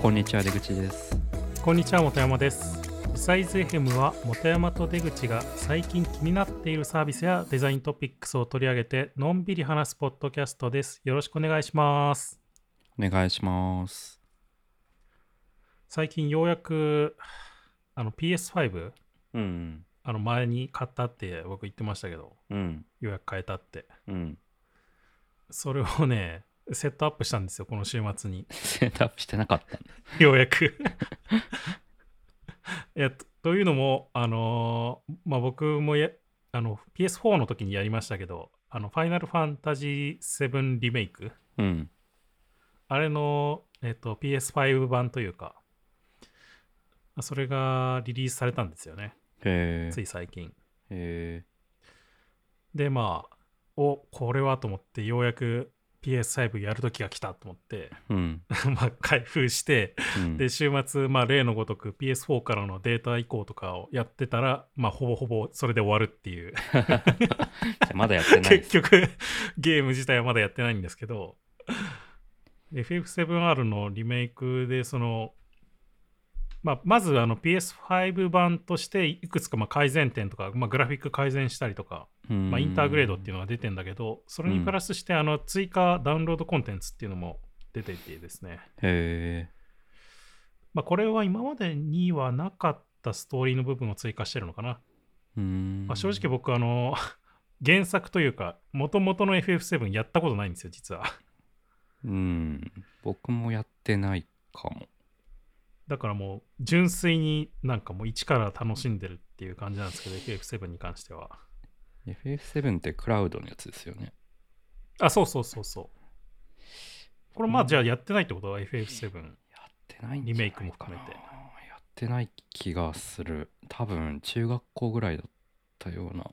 こんにちは出口ですこんにちは、元山です。ウサイズ FM は、元山と出口が最近気になっているサービスやデザイントピックスを取り上げて、のんびり話すポッドキャストです。よろしくお願いします。お願いします最近ようやく、あの PS5、うんあの前に買ったって僕言ってましたけど、うんようやく買えたって。うんそれをね、セットアップしたんですよ、この週末に。セットアップしてなかったねようやく いやとというのも、あのーまあ、僕もやあの PS4 の時にやりましたけど、あのファイナルファンタジー7リメイク、うんあれの、えっと PS5 版というか、それがリリースされたんですよね、へつえい最近。へで、まあ、おこれはと思って、ようやく PS5 やる時が来たと思って、 えうんまあ、開封して、うんで週末、まあ、例のごとく PS4 からのデータ移行とかをやってたら、まあ、ほぼほぼそれで終わるっていうまだやって ないで結す局ゲーム自体はまだやってないんですけど FF7R のリメイクでその、まあ、まずあの PS5 版としていくつかまあ改善点とか、まあ、グラフィック改善したりとか、ままあ、インターグレードっていうのが出てんだけどそれにプラスしてあの追加ダウンロードコンテンツっていうのも出ていてですね、へえまあ、これは今までにはなかったストーリーの部分を追加してるのかな。うんまあ、正直僕、あの、 原作というか、元々の FF7 やったことないんですよ、実は。うん僕もやってないかもだからもう、純粋になんかもう一から楽しんでるっていう感じなんですけど、FF7 に関しては。 FF7 ってクラウドのやつですよねあ、そうそうそうそう。これまうあんじゃあやってないってことは FF7。やってないんリメイクもか含めてやってない気がする多分中学校ぐらいだったような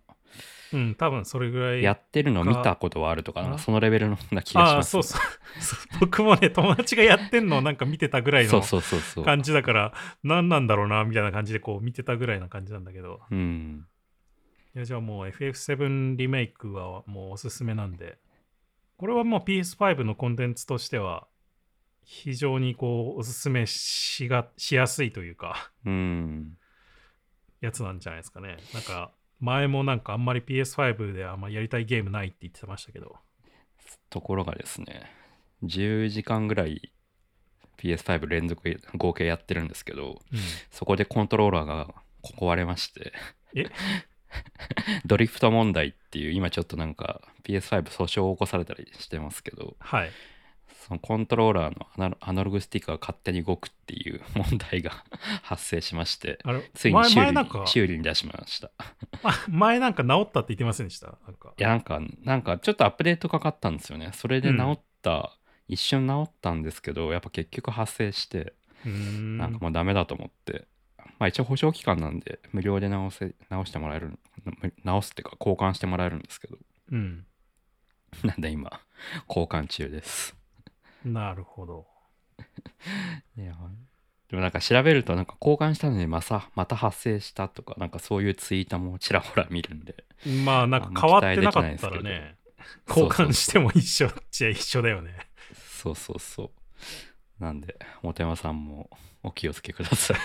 うん、多分それぐらい。やってるの見たことはあるとかあなんかそのレベルのな気がしああ、ますそうそう。そう 僕もね、友達がやってんのをなんか見てたぐらいの。そうそうそうそう感じだから何なんだろうなみたいな感じでこう見てたぐらいな感じなんだけどうんいやじゃあもう FF7 リメイクはもうおすすめなんでこれはもう PS5 のコンテンツとしては非常にこうおすすめしがしやすいというかうんやつなんじゃないですかねなんか前もなんかあんまり PS5 であんまやりたいゲームないって言ってましたけどところがですね10時間ぐらい PS5 連続合計やってるんですけどうんそこでコントローラーが壊れましてえ ドリフト問題っていう今ちょっとなんか PS5 訴訟を起こされたりしてますけどはいそのコントローラーのアナロアナログスティックが勝手に動くっていう問題が 発生しましてあれついに修前理前になんか修理に出しましたあ 前なんか治ったって言ってませんでしたなんかいやなんかなんかちょっとアップデートかかったんですよねそれでうん治った、一瞬治ったんですけどやっぱ結局発生してうーんなんかもうダメだと思って、まあ一応保証期間なんで無料で直せ直してもらえるむ直すっていうか交換してもらえるんですけど うんなんで今交換中ですなるほどいやでもなんか調べるとなんか交換したのにまさまた発生したとかなんかそういうツイートもちらほら見るんでまあなんか変わってなかったらあんね、ま期待できないですけど交換しても一緒っちゃ一緒だよね。そうそうそうなんで本山さんもお気をつけください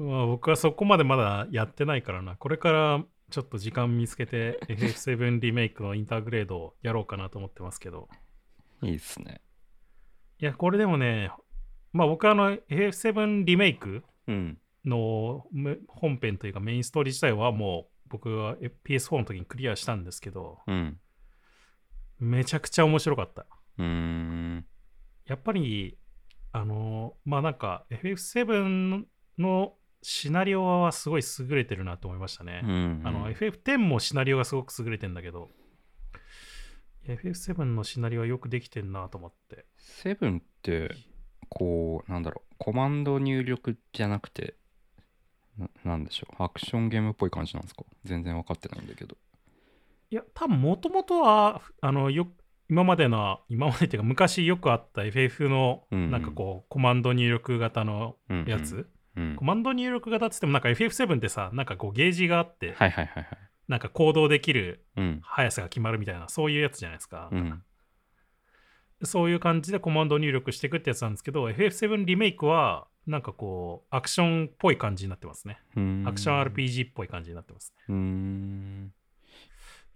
まあ僕はそこまでまだやってないからな、これからちょっと時間見つけて FF7 リメイクのインターグレードをやろうかなと思ってますけど。い いっすね。いや、これでもね、まあ僕はあの FF7 リメイクうん。のむ本編というかメインストーリー自体はもう僕は PS4 の時にクリアしたんですけど、うん。めちゃくちゃ面白かった。うーん。やっぱり、あのまあなんか FF7 のシナリオはすごい優れてるなと思いましたねう。ん。あの FF10 もシナリオがすごく優れてんだけど、FF7 のシナリオはよくできてんなと思って。セブンって、こう、なんだろう、コマンド入力じゃなくて、ななんでしょう、アクションゲームっぽい感じなんですか全然分かってないんだけど。いや、多分もともとは、あの、よ今までの、今までっていうか昔よくあった FF の、うんうんなんかこう、コマンド入力型のうん、うんやつ、うん。コマンド入力型っつっても、なんか FF7 ってさ、なんかこうゲージがあって、はいはいはいはい。なんか行動できるうん。速さが決まるみたいなそういうやつじゃないですか、うん。そういう感じでコマンド入力していくってやつなんですけど、FF7 リメイクは、なんかこう、アクションっぽい感じになってますね。アクション RPG っぽい感じになってますね。うーん。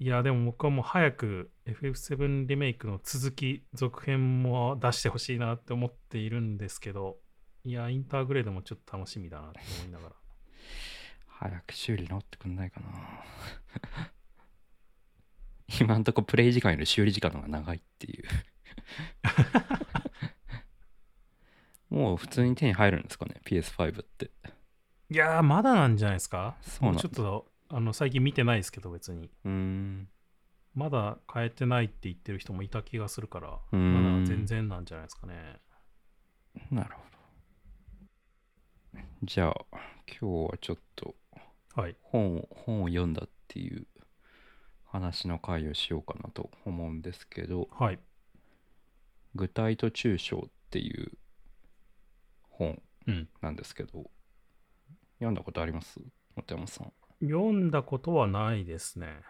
いや、でも僕はもう早く FF7 リメイクの続き、続編も出してほしいなって思っているんですけど、いや、インターグレードもちょっと楽しみだなって思いながら。早く修理直ってくんないかな。 今んとこプレイ時間より修理時間の方が長いっていう。 もう普通に手に入るんですかね PS5 って。いやー、まだなんじゃないですかそうなんだちょっと、あの、最近見てないですけど、別に。うーん。まだ変えてないって言ってる人もいた気がするから、うーんまだ全然なんじゃないですかね。なるほど。じゃあ、今日はちょっとはい。本を本を読んだっていう話の回をしようかなと思うんですけど、はい。具体と抽象っていう本うん。なんですけど、読んだことあります本山さん。読んだことはないですね。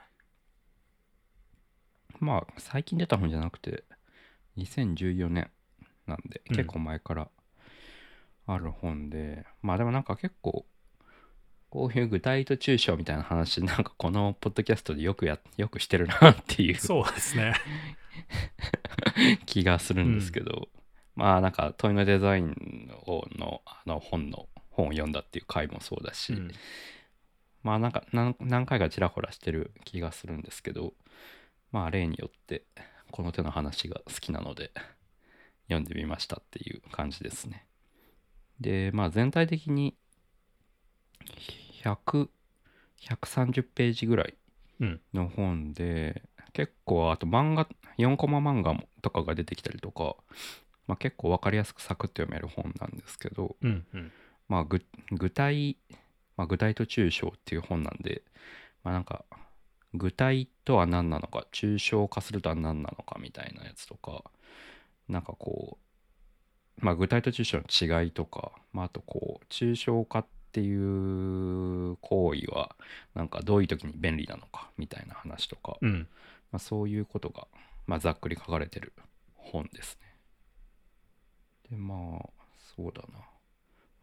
まあ、最近出た本じゃなくて、2014年なんで、うん結構前からある本で、まあでもなんか結構、こういう具体と抽象みたいな話、なんかこのポッドキャストでよくや、よくしてるなっていうそうですね。気がするんですけど、まあなんか問いのデザインをのあの本の本を読んだっていう回もそうだし、 うんまあなんか何何回かちらほらしてる気がするんですけどまあ例によってこの手の話が好きなので読んでみましたっていう感じですね。でまあ全体的に100 130ページぐらいうん。の本で結構あと漫画4コマ漫画もとかが出てきたりとか、まあ、結構分かりやすくサクッと読める本なんですけど、うん。うん。まあ、ぐ具体、まあ、具体と抽象っていう本なんで、まあ、なんか具体とは何なのか抽象化するとは何なのかみたいなやつとかなんかこう、まあ、具体と抽象の違いとか、まあ、あとこう抽象化っていう行為はなんかどういう時に便利なのかみたいな話とか、うん。まあ、そういうことが、まあ、ざっくり書かれてる本ですね。でまあそうだな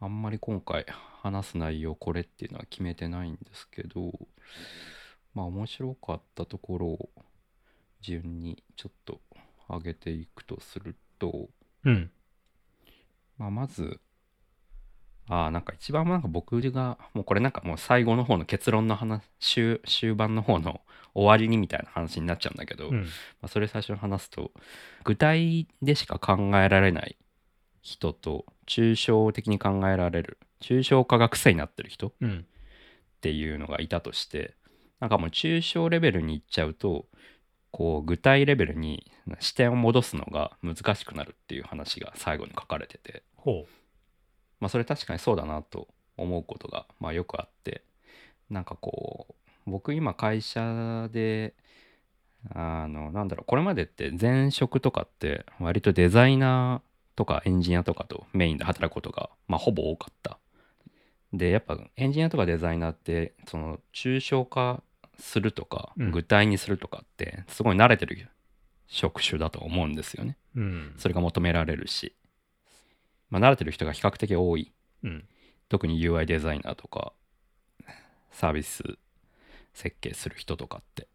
あんまり今回話す内容これっていうのは決めてないんですけどまあ面白かったところを順にちょっと上げていくとすると、うん。まあ、まずああなんか一番なんか僕がもうこれなんかもう最後の方の結論の話終終盤の方の終わりにみたいな話になっちゃうんだけど、うん。まあ、それ最初に話すと具体でしか考えられない人と抽象的に考えられる抽象化が癖になってる人っうん。ていうのがいたとしてなんかもう抽象レベルに行っちゃうとこう具体レベルに視点を戻すのが難しくなるっていう話が最後に書かれててほまあそれ確かにそうだなと思うことがまあよくあってなんかこう僕今会社であのなんだろうこれまでって前職とかって割とデザイナーとかエンジニアとかとメインで働くことがまあほぼ多かった。でやっぱエンジニアとかデザイナーってその抽象化するとかうん具体にするとかってすごい慣れてる職種だと思うんですよね。う。うん。それが求められるし、まあ、慣れてる人が比較的多いうん。特に UI デザイナーとかサービス設計する人とかって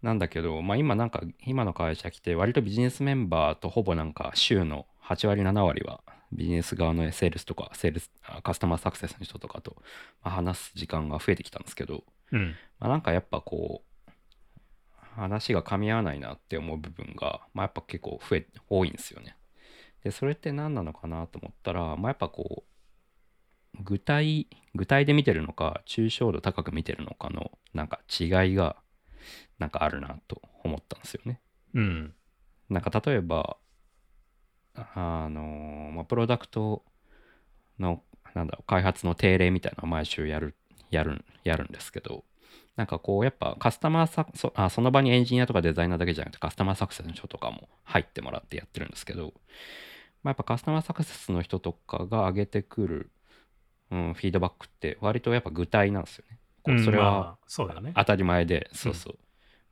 なんだけど、まあ、今なんか今の会社来て割とビジネスメンバーとほぼなんか週の8割7割はビジネス側のセールスとかセールスあカスタマーサクセスの人とかとまあ話す時間が増えてきたんですけど、うん。まあ、なんかやっぱこう話が噛み合わないなって思う部分が、まあ、やっぱ結構増え多いんですよね。でそれって何なのかなと思ったら、まあ、やっぱこう具体具体で見てるのか抽象度高く見てるのかのなんか違いがなんかあるなと思ったんですよね。うん。なんか例えば、あの、まあ、プロダクトの、なんだろう、開発の定例みたいなのを毎週やる、やる、やるんですけど、なんかこう、やっぱカスタマーサそあ、その場にエンジニアとかデザイナーだけじゃなくて、カスタマーサクセスの人とかも入ってもらってやってるんですけど、まあ、やっぱカスタマーサクセスの人とかが上げてくる、うん、フィードバックって、割とやっぱ具体なんですよね。こうそれは、まあそうだよね。当たり前でそうそう、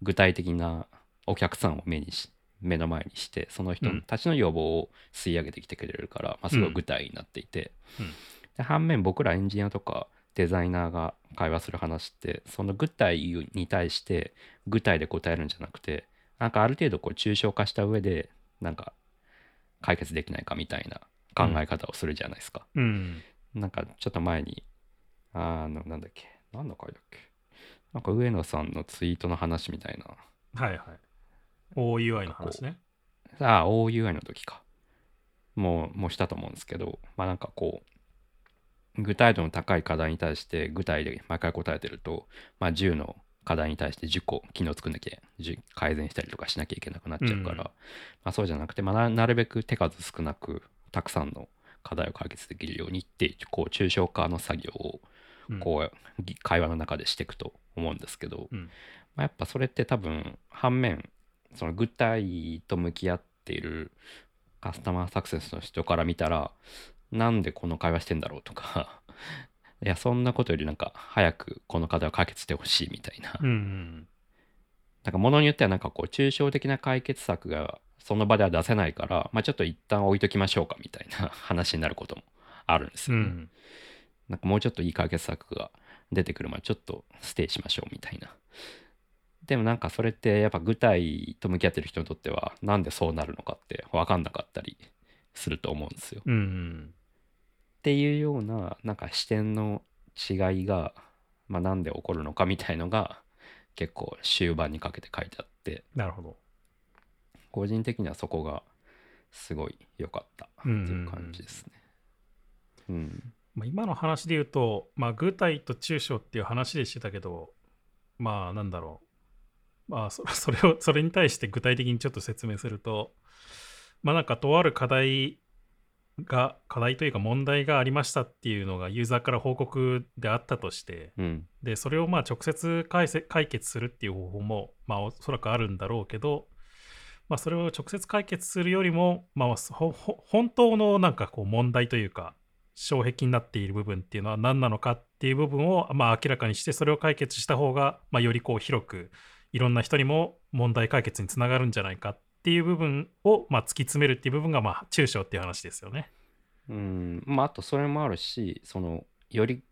具体的なお客さんを目にし目の前にしてその人うんたちの要望を吸い上げてきてくれるから、まあ、すごい具体になっていて、うんうんで反面僕らエンジニアとかデザイナーが会話する話ってその具体に対して具体で答えるんじゃなくてなんかある程度こう抽象化した上でなんか解決できないかみたいな考え方をするじゃないですか。うん。なんかちょっと前に、あの、なんだっけ、何の回だっけ。なんか上野さんのツイートの話みたいな。はいはい。OUI の話ね。ああ、OUI の時か。もう、もうしたと思うんですけど、まあなんかこう、具体度の高い課題に対して具体で毎回答えてると、まあ10の課題に対して10個機能作んなきゃ、10改善したりとかしなきゃいけなくなっちゃうから、うんまあそうじゃなくて、まあななるべく手数少なく、たくさんの課題を解決できるようにっていう、こう、抽象化の作業をうんこうぎ会話の中でしていくと思うんですけど、うんまあ、やっぱそれって多分反面その具体と向き合っているカスタマーサクセスの人から見たらなんでこの会話してんだろうとか いやそんなことよりなんか早くこの課題を解決してほしいみたいな、うんうん。なんかものによってはなんかこう抽象的な解決策がその場では出せないから、まあ、ちょっと一旦置いときましょうかみたいな話になることもあるんですうよね。ん。なんかもうちょっといい解決策が出てくるまでちょっとステイしましょうみたいな。でもなんかそれってやっぱ具体と向き合ってる人にとってはなんでそうなるのかって分かんなかったりすると思うんですよ。うんうん。っていうようななんか視点の違いが、まあ、なんで起こるのかみたいのが結構終盤にかけて書いてあってなるほど。個人的にはそこがすごい良かったっていう感じですね。うん、まあ、今の話で言うと、まあ、具体と抽象っていう話でしてたけど、まあ、なんだろう。まあ、そ それを、それに対して具体的にちょっと説明すると、まあ、なんか、とある課題が、課題というか問題がありましたっていうのが、ユーザーから報告であったとして、うん、で、それをまあ、直接解せ解決するっていう方法も、まあ、おそらくあるんだろうけど、まあ、それを直接解決するよりも、まあ、ほほ本当のなんかこう問題というか障壁になっている部分っていうのは何なのかっていう部分を、まあ、明らかにしてそれを解決した方が、まあ、よりこう広くいろんな人にも問題解決につながるんじゃないかっていう部分を、まあ、突き詰めるっていう部分が、まあ、中小っていう話ですよね。うん、まああとそれもあるしそのより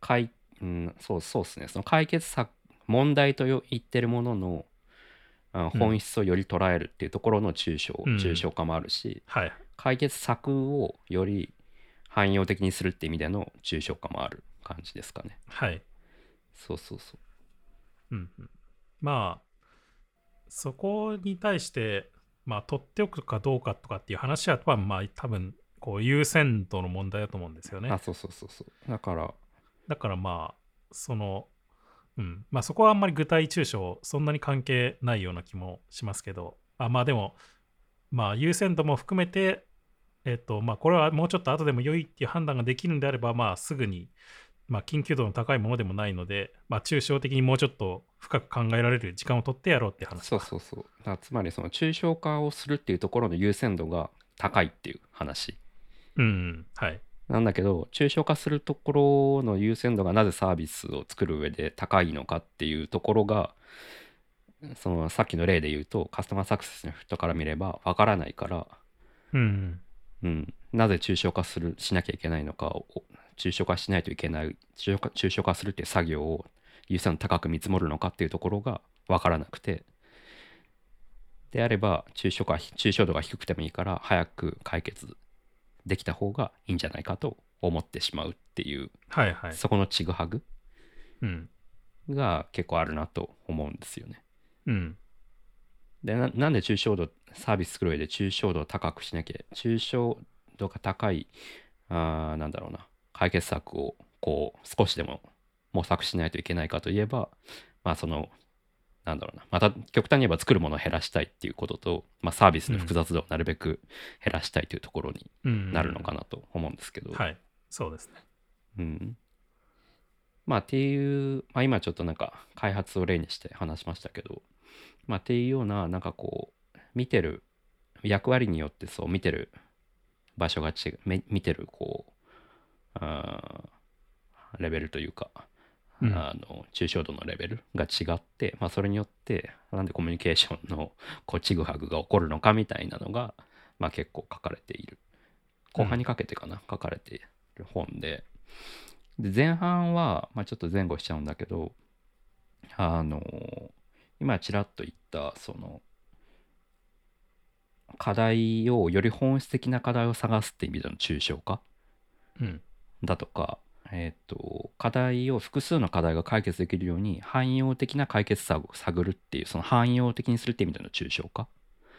解、うん、そうそうですねその解決策問題とよ言ってるもののあうん本質をより捉えるっていうところの抽象、うん抽象化もあるしはい。解決策をより汎用的にするって意味での抽象化もある感じですかねはい。そうそうそうんうん、まあそこに対して、まあ、取っておくかどうかとかっていう話は、まあ、まあ多分こう優先度の問題だと思うんですよう、ね。あそうそうそうそうだからだからまあその、うんまあ、そこはあんまり具体抽象そんなに関係ないような気もしますけどあまあでも、まあ、優先度も含めて、えっとまあ、これはもうちょっと後でも良いっていう判断ができるんであれば、まあ、すぐに、まあ、緊急度の高いものでもないので、まあ、抽象的にもうちょっと深く考えられる時間を取ってやろうって話そうそうそうだからつまりその抽象化をするっていうところの優先度が高いっていう話うんうんはいなんだけど抽象化するところの優先度がなぜサービスを作る上で高いのかっていうところがそのさっきの例で言うとカスタマーサクセスの人から見ればわからないから、うんうんうん、なぜ抽象化するしなきゃいけないのかを抽象化しないといけない抽象化抽象化するっていう作業を優先度高く見積もるのかっていうところがわからなくてであれば抽象化抽象度が低くてもいいから早く解決できた方がいいんじゃないかと思ってしまうっていう、はいはい、そこのちぐはぐうんが結構あるなと思うんですよね。うんでななんで抽象度サービス作る上で抽象度を高くしなきゃ抽象度が高いあーなんだろうな解決策をこう少しでも模索しないといけないかといえばまあそのなんだろうなまた極端に言えば作るものを減らしたいっていうことと、まあ、サービスの複雑度をなるべく減らしたいというところにうん、なるのかなと思うんですけど、はいそうですねうん、まあっていう、まあ、今ちょっとなんか開発を例にして話しましたけど、まあ、っていうようななんかこう見てる役割によってそう見てる場所が違うめ見てるこうあーレベルというかうんあの抽象度のレベルが違って、まあ、それによってなんでコミュニケーションのこうちぐはぐが起こるのかみたいなのが、まあ、結構書かれている後半にかけてかな、書かれている本でで前半は、まあ、ちょっと前後しちゃうんだけどあの今ちらっと言ったその課題をより本質的な課題を探すって意味での抽象化うん。だとか、えー、と課題を複数の課題が解決できるように汎用的な解決策を探るっていうその汎用的にするって意味での抽象化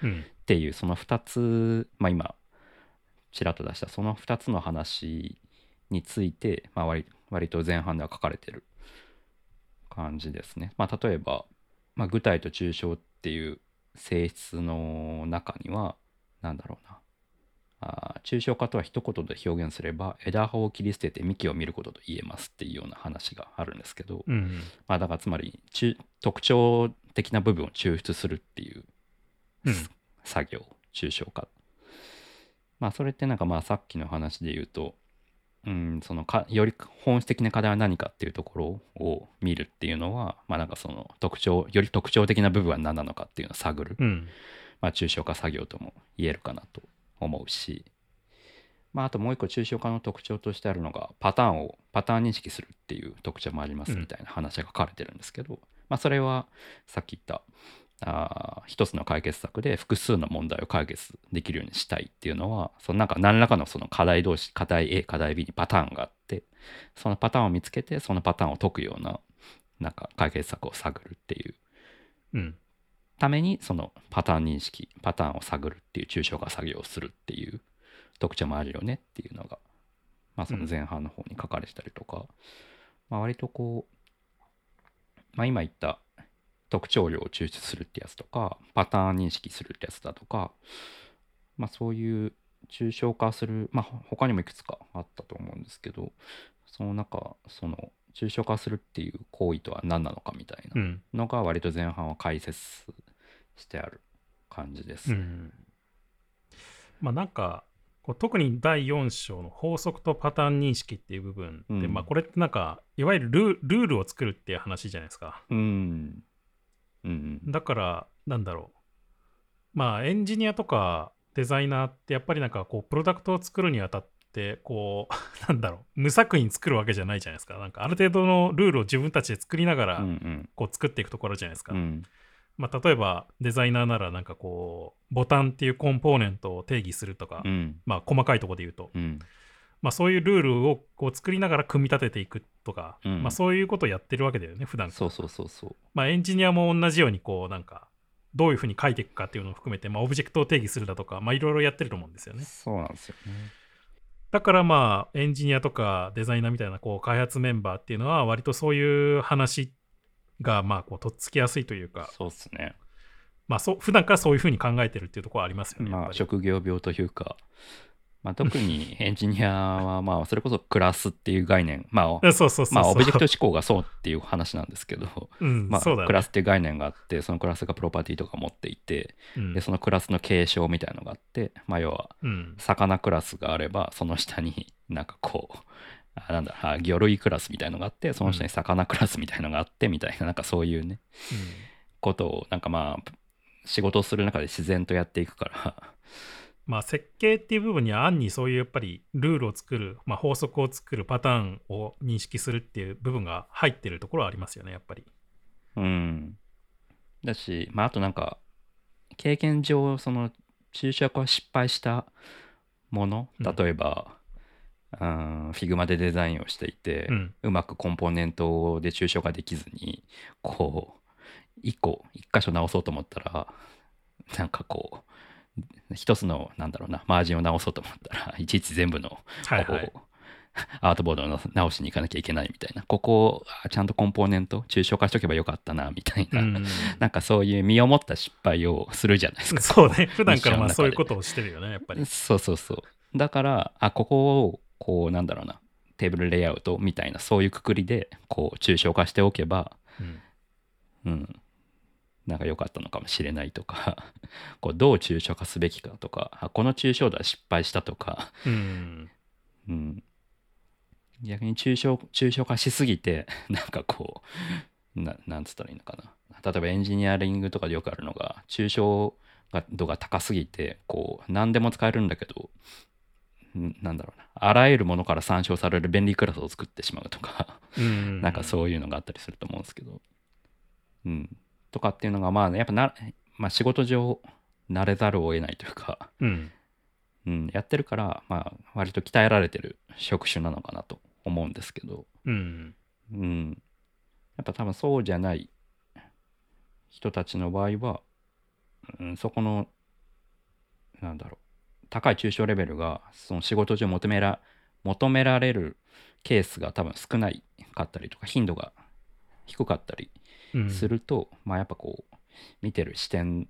うん。っていうその2つ、まあ、今ちらっと出したその2つの話について、まあ、割割と前半では書かれてる感じですね。まあ、例えば、まあ、具体と抽象っていう性質の中には何だろうなあー抽象化とは一言で表現すれば枝葉を切り捨てて幹を見ることと言えますっていうような話があるんですけど、うん。まあ、だからつまり中特徴的な部分を抽出するっていう、うん作業抽象化まあそれってなんかまあさっきの話で言うとうんそのかより本質的な課題は何かっていうところを見るっていうのはまあなんかその特徴より特徴的な部分は何なのかっていうのを探る、うん。まあ、抽象化作業とも言えるかなと思うし、まあ、あともう一個抽象化の特徴としてあるのがパターンをパターン認識するっていう特徴もありますうんみたいな話が書かれてるんですけど、まあ、それはさっき言ったあー一つの解決策で複数の問題を解決できるようにしたいっていうのはそのなんか何らかのその課題同士課題 A 課題 B にパターンがあってそのパターンを見つけてそのパターンを解くようななんか解決策を探るっていううん。ためにそのパターン認識パターンを探るっていう抽象化作業をするっていう特徴もあるよねっていうのが、まあ、その前半の方に書かれてたりとか、まあ、割とこう、まあ、今言った特徴量を抽出するってやつとかパターン認識するってやつだとか、まあ、そういう抽象化する、まあ、ほ他にもいくつかあったと思うんですけどその中その抽象化するっていう行為とは何なのかみたいなうん。のが割と前半は解説してある感じです。うん。まあなんか、こう特に第4章の法則とパターン認識っていう部分で、うんまあこれってなんか、いわゆるルールールを作るっていう話じゃないですか。うん。うん。だから、なんだろう。まあ、エンジニアとかデザイナーって、やっぱりなんかこう、プロダクトを作るにあたって、こう、 なんだろう、無作為に作るわけじゃないじゃないですか。なんか、ある程度のルールを自分たちで作りながうら、ん。こう、作っていくところじゃないですか。うん。まあ、例えば、デザイナーなら、なんかこう、ボタンっていうコンポーネントを定義するとか、うん。まあ、細かいところで言うと、うん。まあ、そういうルールをこう作りながら組み立てていくとか、うんまあ、そういうことをやってるわけだよね、普段からそうそうそうそう。まあ、エンジニアも同じようにこうなんかどういうふうに書いていくかっていうのを含めて、まあ、オブジェクトを定義するだとか、まあ、いろいろやってると思うんですよねそうなんですよね。だからまあエンジニアとかデザイナーみたいなこう開発メンバーっていうのは割とそういう話がまあこうとっつきやすいというか、そうっすね。まあ、そう普段からそういうふうに考えてるっていうところはありますよね、やっまぱあり職業病というか、ま あ、特にエンジニアはまあそれこそクラスっていう概念、まあ、うんそうそうそうそうまあオブジェクト思考がそうっていう話なんですけど、 うんまあそうだねクラスっていう概念があって、そのクラスがプロパティとか持っていて、うんでそのクラスの継承みたいのがあって、まあ要はうん魚クラスがあればその下に なんかこうあなんだあ魚類クラスみたいのがあってその下に魚クラスみたいのがあってみたいななんかそういうねことをなんかまあ仕事をする中で自然とやっていくからまあ、設計っていう部分には暗にそういうやっぱりルールを作る、まあ、法則を作るパターンを認識するっていう部分が入ってるところはありますよねやっぱり。 うんだしまああとなんか経験上その注釈を失敗したものうん例えば、うん、フィグマでデザインをしていて、うんうまくコンポーネントで抽象化できずにこう一個一箇所直そうと思ったらなんかこう一つのなんだろうなマージンを直そうと思ったら いちいち全部のはいはい。こうアートボードの直しに行かなきゃいけないみたいなここをあちゃんとコンポーネント抽象化しとけばよかったなみたいな、うんなんかそういう身をもった失敗をするじゃないですか。そう ね普段からまあ日常の中でそういうことをしてるよねやっぱり。そうそうそうだからあここをこうなんだろうなテーブルレイアウトみたいなそういうくくりでこう抽象化しておけばうんうんなんか良かったのかもしれないとか こうどう抽象化すべきかとかあこの抽象度は失敗したとか、うんうん、逆に抽象抽象化しすぎて なんかこうななんつったらいいのかな例えばエンジニアリングとかでよくあるのが抽象度が高すぎてこう何でも使えるんだけどんなんだろうなあらゆるものから参照される便利クラスを作ってしまうとかうんなんかそういうのがあったりすると思うんですけどうんとかっていうのがまあやっぱな、まあ、仕事上慣れざるを得ないというかうん。うん、やってるから、まあ、割と鍛えられてる職種なのかなと思うんですけど、うん。うん、やっぱ多分そうじゃない人たちの場合は、うん、そこのなんだろう高い中小レベルがその仕事上求めら求められるケースが多分少ないかったりとか頻度が低かったりうんす。ると、まあやっぱこう見てる視点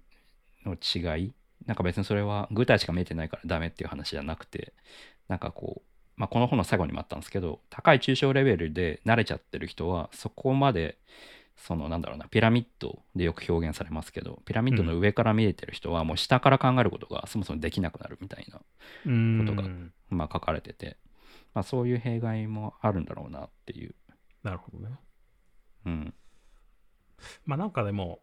の違いなんか別にそれは具体しか見えてないからダメっていう話じゃなくてなんかこう、まあ、この本の最後にもあったんですけど高い抽象レベルで慣れちゃってる人はそこまでそのなんだろうなピラミッドでよく表現されますけどピラミッドの上から見えてる人はもう下から考えることがそもそもできなくなるみたいな、うんことがまあ、書かれてて、まあ、そういう弊害もあるんだろうなっていう。なるほどね。うんまあなんかでも、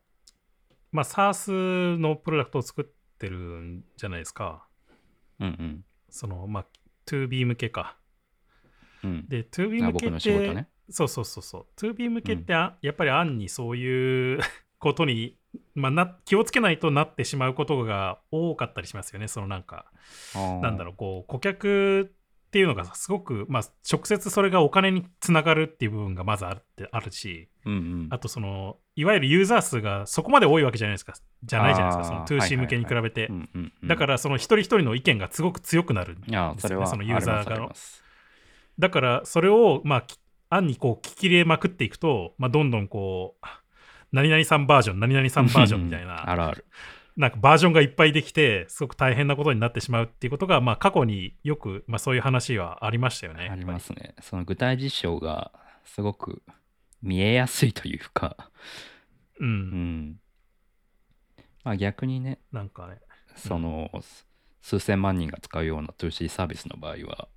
まあ SARS のプロダクトを作ってるんじゃないですか。うんその、まあ 2B 向けか。うんうんで、2B あ向け僕っのて、仕事ね。そうそうそうそう。2B 向けってあ、やっぱり案にそういう ことに、まあ、な気をつけないとなってしまうことが多かったりしますよね。そのなんか、ななんだろう、こう、顧客っていうのがすごく、まあ、直接それがお金につながるっていう部分がまずあるってあるし、うんうん、あとその、いわゆるユーザー数がそこまで多いわけじゃないですか、じゃないじゃないですあか、ーそのはい 2C はい向けに比べてう。んうんうんだから、その一人一人の意見がすごく強くなる。いやそれはそのユーザーがありますだから、それを、まあ、き案にこう、聞き入れまくっていくと、まあ、どんどんこう、何々さんバージョン、何々さありんますバージョンみたいあな、るあるなんかバージョンがいっぱいできて、すごく大変なことになってしまうっていうことが、まあ、過去によく、まあ、そういう話はありましたよね。ありますねその具体実証がすごく見えやすいというかう、うんんまあ逆にねなんかね。その、す数千万人が使うような 2C サービスの場合は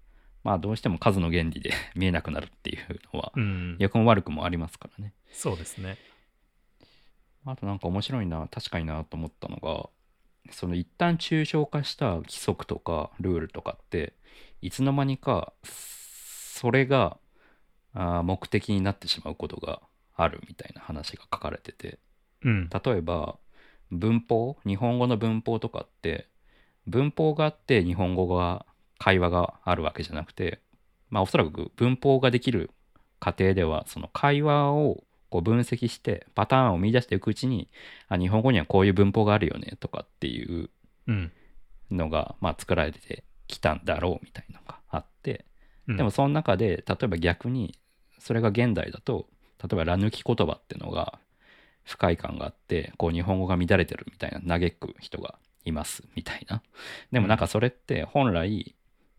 まあどうしても数の原理で 見えなくなるっていうのはうん、良くも悪くもありますからねそうですね。あとなんか面白いな確かになと思ったのがその一旦抽象化した規則とかルールとかっていつの間にかそれがあー目的になってしまうことがあるみたいな話が書かれててうん。例えば文法日本語の文法とかって文法があって日本語が会話があるわけじゃなくてまあおそらく文法ができる過程ではその会話をこう分析してパターンを見出していくうちにあ日本語にはこういう文法があるよねとかっていううん。のがまあ作られてきたんだろうみたいなのがあってうんでも、その中で例えば逆にそれが現代だと例えば「ら抜き言葉」ってのが不快感があってこう日本語が乱れてるみたいな嘆く人がいますみたいなでもなんかそれって本来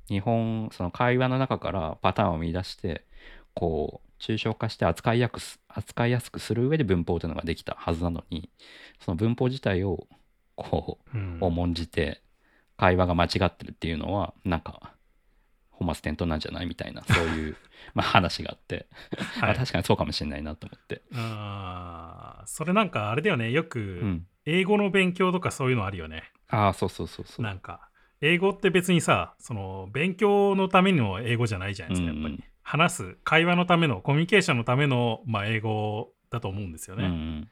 日本その会話の中からパターンを見出してこう抽象化して扱いやくす扱いやすくする上で文法というのができたはずなのにその文法自体をこううん重んじて会話が間違ってるっていうのはなんか本末転倒なんじゃないみたいなそういうまあ話があって、はあい、確かにそうかもしれないなと思って、あーそれなんかあれだよね、ようくん、英語の勉強とかそういうのあるよね。ああそうそうそうそうなんか、英語って別にさ、その勉強のための英語じゃないじゃないですか、やっぱり。うんうん話す、会話のための、コミュニケーションのための、まあ、英語だと思うんですよね。うんうん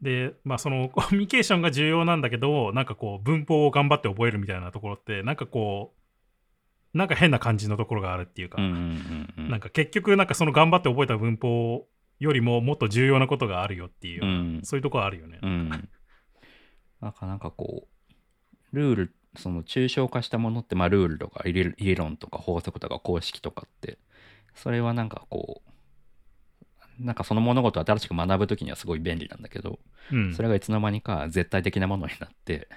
で、まあ、そのコミュニケーションが重要なんだけど、なんかこう、文法を頑張って覚えるみたいなところって、なんかこう、なんか変な感じのところがあるっていうか。うんうんうんうんなんか結局なんかその頑張って覚えた文法よりももっと重要なことがあるよっていう、うんそういうところあるよね。うん、なんかなんかこうルールその抽象化したものって、まあ、ルールとか理理論とか法則とか公式とかってそれはなんかこうなんかその物事を新しく学ぶ時にはすごい便利なんだけど、うんそれがいつの間にか絶対的なものになって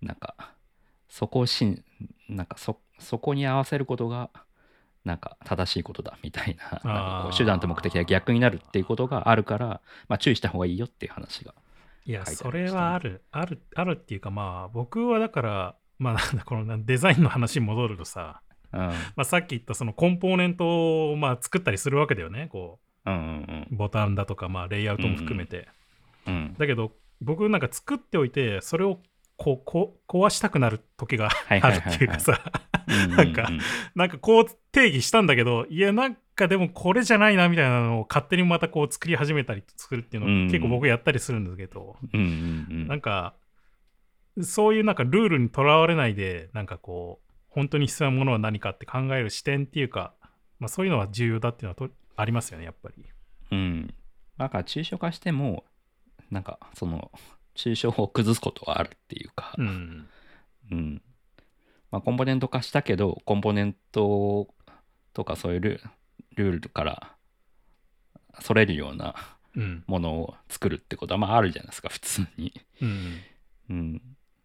なんかそこをしんなんかそそこに合わせることがなんか正しいことだみたいなあーなんかこう手段と目的が逆になるっていうことがあるから、まあ、注意した方がいいよっていう話が。いや、書いてあそりましたねれはある、ある、あるっていうかまあ僕はだから、まあなんだこのデザインの話に戻るとさ、うんまあ、さっき言ったそのコンポーネントをまあ作ったりするわけだよねこうんうんうボタンだとかまあレイアウトも含めて、うんうんだけど僕なんか作っておいてそれをこうこう壊したくなる時がはあいはいるはいはいっていうかさ なんかなんかこう定義したんだけどいやなんかでもこれじゃないなみたいなのを勝手にまたこう作り始めたりするっていううのんを結構僕やったりするんですけど、うんうんうなんんかそういうなんかルールにとらわれないでなんかこう本当に必要なものは何かって考える視点っていうか、まあ、そういうのは重要だっていうのはとありますよねやっぱり。うんなんか抽象化してもなんかその抽象を崩すことはあるっていうかうん、うんまあ、コンポーネント化したけどコンポーネントとかそういうルルールからそれるようなうん、ものを作るってことはまああるじゃないですか普通に、うん、うん、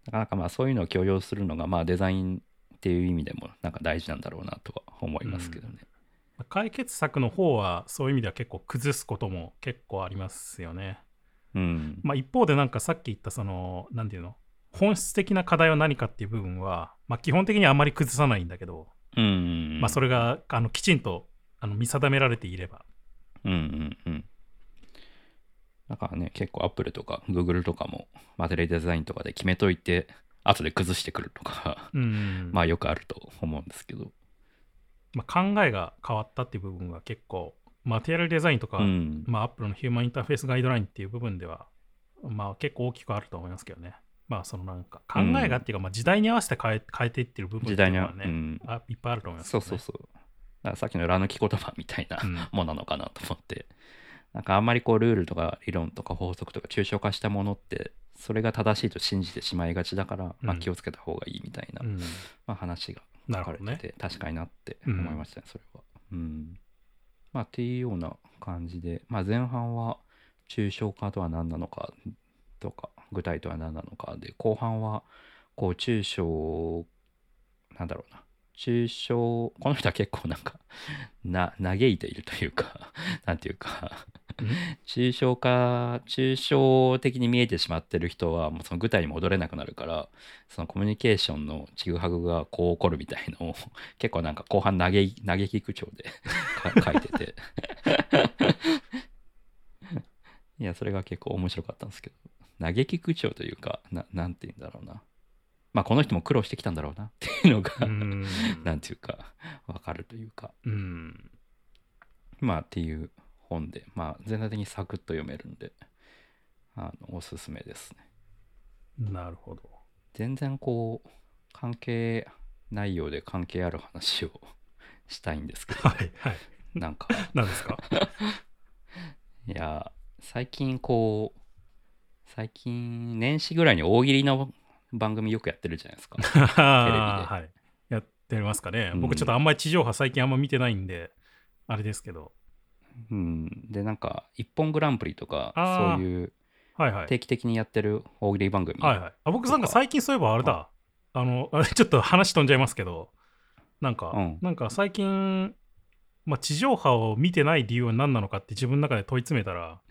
なかなかまあそういうのを許容するのがまあデザインっていう意味でもなんか大事なんだろうなとは思いますけどね、解決策の方はそういう意味では結構崩すことも結構ありますよね。うんまあ、一方でなんかさっき言ったその何ていうの本質的な課題は何かっていう部分は、まあ、基本的にはあまり崩さないんだけど、うんまあ、それれがあのきちんとあの見定められていれば。うんうんうんだからね結構アップルとかグーグルとかもマテレデザインとかで決めといて後で崩してくるとかうんまあよくあると思うんですけど。まあ、考えが変わったっていう部分は結構マテリアルデザインとか、うん。まあ、Apple のヒューマンインターフェースガイドラインっていう部分では、まあ、結構大きくあると思いますけどね。まあそのなんか考えがっていうか、まあ、時代に合わせて変え変えていってる部分って時いう代にのはは、ね、うん。あいっぱいあると思いますそけうどね、そうそう。だからさっきの裏抜き言葉みたいなうんものなのかなと思って。なんかあんまりこうルールとか理論とか法則とか抽象化したものってそれが正しいと信じてしまいがちだから、まあ、うん気をつけた方がいいみたいな、 うんまあ、話がな書るかほれどてね。て確かになって思いましたね、それは。うん。まあっていうような感じで、まあ、前半は抽象化とは何なのかとか具体とは何なのかで後半はこう抽象なんだろうな抽象この人は結構なんかな嘆いているというか なんていうか抽象化抽象的に見えてしまってる人はもうその具体に戻れなくなるからそのコミュニケーションのちぐはぐがこう起こるみたいのを 結構なんか後半嘆い嘆き口調で か書いて ていやそれが結構面白かったんですけど嘆き口調というかななんて言うんだろうなまあこの人も苦労してきたんだろうなっていうのが、 うんなんていうかわかるというかうんまあっていう本で、まあ、全体的にサクッと読めるんであのおすすめですねなるほど。全然こう関係内容で関係ある話をしたいんですけどはいはい。なんか何で すかいや最近こう最近年始ぐらいに大喜利の番組よくやってるじゃないですかはい。やってますかね。うん僕ちょっとあんまり地上波最近あんま見てないんで、あれですけど。うんでなんか「一本グランプリ」とかあーそういうはいはい。定期的にやってる大喜利番組、はいはい。あ僕なんか最近そういえばあれだ。あの、あちょっと話飛んじゃいますけど、なんか、うんなんか最近、まあ、地上波を見てない理由は何なのかって自分の中で問い詰めた ら、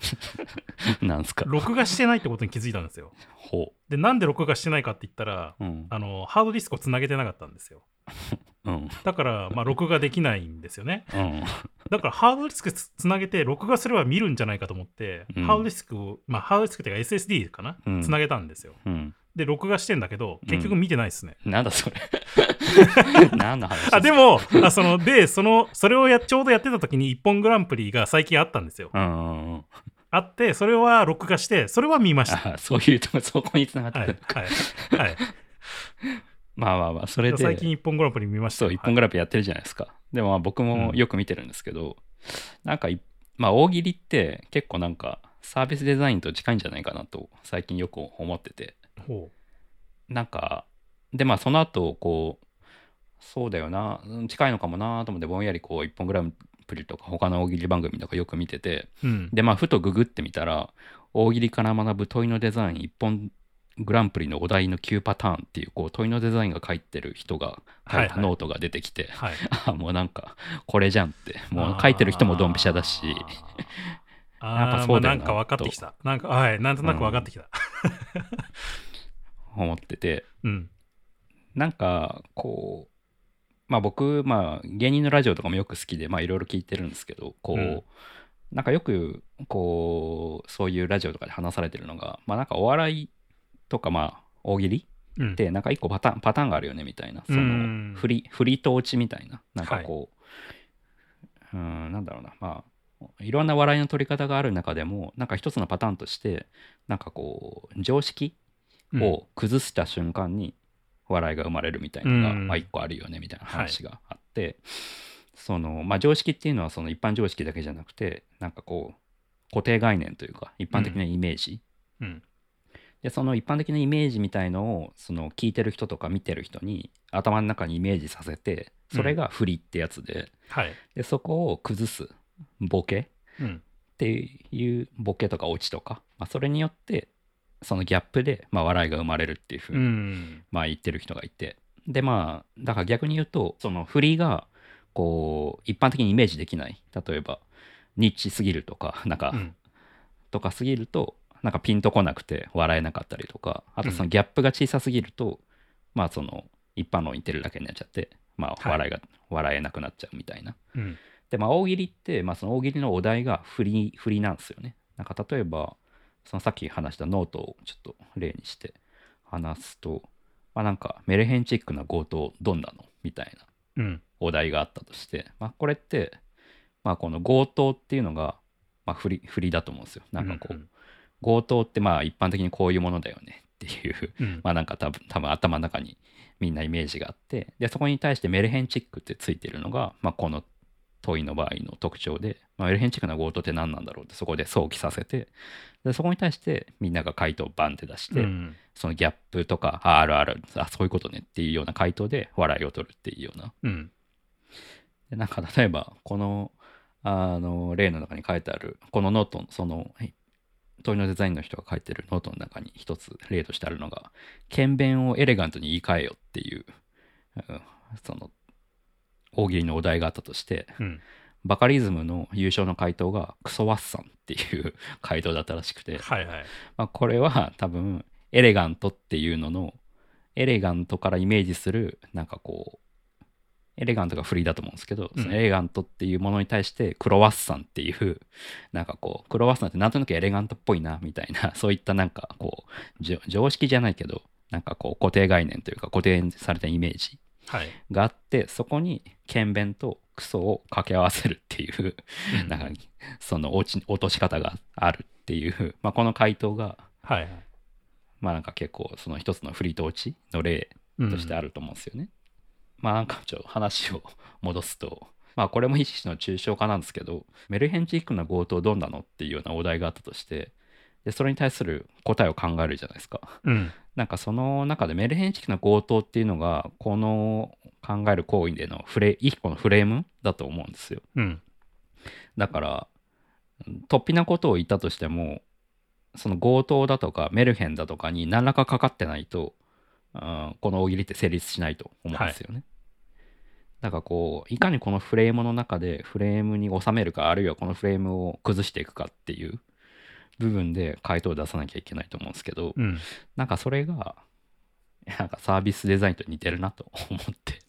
なんですか録画してないってことに気づいたんですよ。ほで、なんで録画してないかって言ったら、ううんあのハードディスクをつなげてなかったんですよ。うんだから、まあ、録画できないんですよね。うんだから、ハードディスクつつなげて、録画すれば見るんじゃないかと思って、うんハードディスクを、まあ、ハードディスクっていうか SSD かな、うんつなげたんですよ。うんで、録画してんだけど、結局見てないですね。なんだ それ何の話あでもあそのでそのそれをやちょうどやってた時に「一本グランプリ」が最近あったんですようんうんうんあってそれは録画してそれは見ましたあそういうとこそこに繋がってはいる、はい、はい、まあまあまあそれで最近「一本グランプリ」見ましたそう1本ググラブやってるじゃないですか、でもまあ僕もよく見てるんですけど、なんかいまあ大喜利って結構なんかサービスデザインと近いんじゃないかなと最近よく思っててランプリ」ほなんかでまあその後こうそうだよなうん近いのかもなと思ってぼんやりこう1本グランプリとか他の大喜利番組とかよく見てて、う、うん、でまあふとググってみたら大喜利から学ぶ問いのデザイン一本グランプリのお題の9パターンっていうこう問いのデザインが書いてる人が書はいいはたいノートが出てきて、 はいあもうなんかこれじゃんってもう書いてる人もドンピシャだしあーやっぱまそあうだなよんなか分かってきたなんかはいなんとなく分かってきた思っててうんなんかこまあ僕、まあ芸人のラジオとかもよく好きで、まあいろいろ聞いてるんですけど、こう、うんなんかよく、こう、そういうラジオとかで話されてるのが、まあなんかお笑いとか、まあ大喜利うんって、なんか一個パターン、パターンがあるよねみたいな、そうんの、振り、振りと落ちみたいな、なんかこう、うん、なんだろうな、まあ、いろんな笑いの取り方がある中でも、なんか一つのパターンとして、なんかこう、常識うんを崩した瞬間に笑いが生まれるみたいなのが、うんまあ一個あるよねみたいな話があって、そのまあ常識っていうのはその一般常識だけじゃなくてなんかこう固定概念というか一般的なイメージ、うんでその一般的なイメージみたいのをその聞いてる人とか見てる人に頭の中にイメージさせてそれが振りってやつで,、はい。でそこを崩すボケうん。っていうボケとかオチとか、まあ、それによってそのギャップで、まあ、笑いが生まれるっていうふううにん。まあ言ってる人がいてでまあだから逆に言うとその振りがこう一般的にイメージできない例えばニッチすぎるとかなんか、うんとかすぎるとなんかピンとこなくて笑えなかったりとかあとそのギャップが小さすぎると、まあその一般論言ってるだけになっちゃってまはあい笑いが、笑えなくなっちゃうみたいなうん。でまあ大喜利って、まあ、その大喜利のお題が振り振りなんですよね。なんか例えばそのさっき話したノートをちょっと例にして話すと、まあ、なんかメルヘンチックな強盗どんなのみたいなうん。お題があったとして、まあ、これって、まあ、この強盗っていうのが、まあ、振り振りだと思うんですよ。なんかこう、うん強盗ってまあ一般的にこういうものだよねっていう うん。まあなんか多分多分頭の中にみんなイメージがあってでそこに対してメルヘンチックってついてるのが、まあ、この問いの場合の特徴で、まあ、メルヘンチックな強盗って何なんだろうってそこで想起させてでそこに対してみんなが回答をバンって出して、うんそのギャップとかああるあるあそういうことねっていうような回答で笑いを取るっていうようなうん。でなんか 例えばこのあの例の中に書いてあるこのノートのそのはい問いのデザインの人が書いてるノートの中に一つ例としてあるのが「剣弁をエレガントに言い換えよ」っていう、うんその大喜利のお題があったとしてうん。バカリズムの優勝の回答が「クソワッサン」っていう 回答だったらしくて、はいはい。まあ、これは多分エレガントっていうののエレガントからイメージするなんかこうエレガントが振りだと思うんですけど、うんそのエレガントっていうものに対してクロワッサンっていう なんかこうクロワッサンってなんとなくエレガントっぽいなみたいな そういったなんかこうじょ常識じゃないけどなんかこう固定概念というか固定されたイメージはい。があってそこに剣弁とクソを掛け合わせるっていう うんなんかその落ち落とし方があるっていう、まあ、この回答がはいはい。まあなんか結構その一つのフリート落ちの例うんとしてあると思うんですよね。まあなんかちょっと話を戻すと、まあこれも一種の抽象化なんですけど、メルヘンチックな強盗どんなのっていうようなお題があったとして、でそれに対する答えを考えるじゃないですか。うん。なんかその中でメルヘンチックな強盗っていうのが、この考える行為でのフレ、一個のフレームだと思うんですよ。うん。だからうん突飛なことを言ったとしてもその強盗だとかメルヘンだとかに何らかかかってないと、うんこの大喜利って成立しないと思うんですよね。だからこういかにこのフレームの中でフレームに収めるかあるいはこのフレームを崩していくかっていう部分で回答を出さなきゃいけないと思うんですけど、うん。なんかそれがなんかサービスデザインと似てるなと思って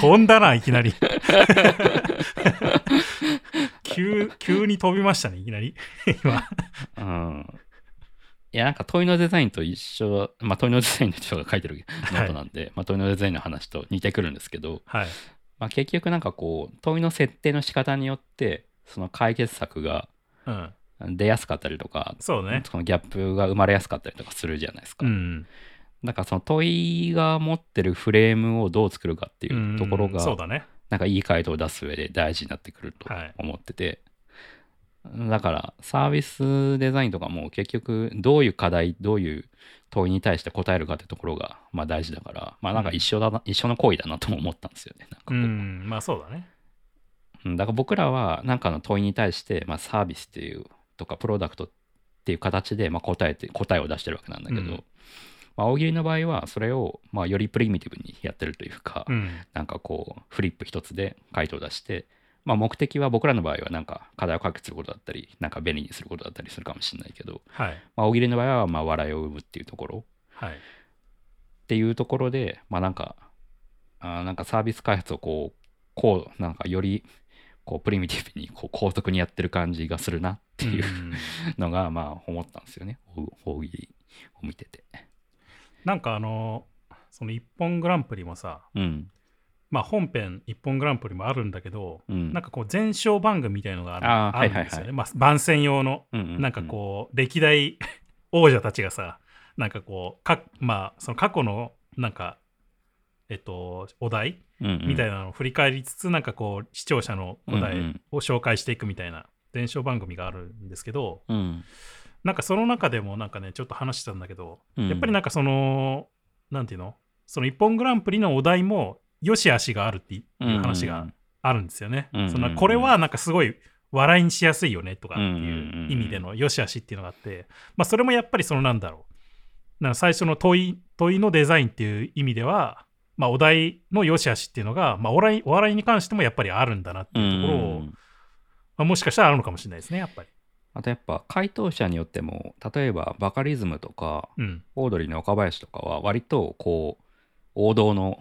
飛んだな、い きなり。急、急に飛びましたね、いきなり。今。うんいや、なんか問いのデザインと一緒、まあ問いのデザインの人が書いてるノートなんで、まあ問いのデザインの話と似てくるんですけど、はい。まあ結局なんかこう、問いの設定の仕方によって、その解決策がうん。出やすかったりとか、そうね。そのギャップが生まれやすかったりとかするじゃないですか。うん。なんかその問いが持ってるフレームをどう作るかっていうところうんそうが、だね。なんかいい回答を出す上で大事になってくるとはい思ってて、だからサービスデザインとかも結局どういう課題どういう問いに対して答えるかってところがまあ大事だからまあなんか一緒だな、一緒の行為だなとも思ったんですよねなんかこうう、ん。まあそうだね。うんだから僕らは何かの問いに対して、まあ、サービスっていうとかプロダクトっていう形で、まあ、答えて答えを出してるわけなんだけど、うんまあ、大喜利の場合はそれを、まあ、よりプリミティブにやってるというか、うん。なんかこうフリップ一つで回答を出して、まあ、目的は僕らの場合はなんか課題を解決することだったりなんか便利にすることだったりするかもしれないけど、はい。まあ、大喜利の場合はまあ笑いを生むっていうところはい。っていうところでまあなんかあーなんかサービス開発をこう、こう、なんかよりこうプリミティブにこう高速にやってる感じがするなっていううんのが、まあ思ったんですよね。大大喜利を見てて。なんかあのその「一本グランプリ」もさうん。まあ本編「一本グランプリ」もあるんだけど、うん。なんかこう前哨番組みたいのがあるあーあるんですはよね、いはいはいまあ、番宣用のううなんかこう歴代 王者たちがさなんかこうかまあその過去のなんかえっとお題うん、うんうんみたいなのを振り返りつつ、なんかこう視聴者の答うんうえんを紹介していくみたいな伝承番組があるんですけどうんなんかその中でもなんかねちょっと話してたんだけど、うんやっぱりなんかそのなんていうのその「一本グランプリ」のお題も良し悪しがあるっていう話があるんですよね。うんうんうんそのこれはなんかすごい笑いにしやすいよねとかっていう意味での良し悪しっていうのがあって、まあ、それもやっぱりそのなんだろうなんか最初の問い問いのデザインっていう意味では、まあ、お題の良し悪しっていうのが、まあ、お笑いお笑いに関してもやっぱりあるんだなってうんいうところを、うんうんまあ、もしかしたらあるのかもしれないですねやっぱり。あとやっぱ回答者によっても例えばバカリズムとかうんオードリーの若林とかは割とこう王道の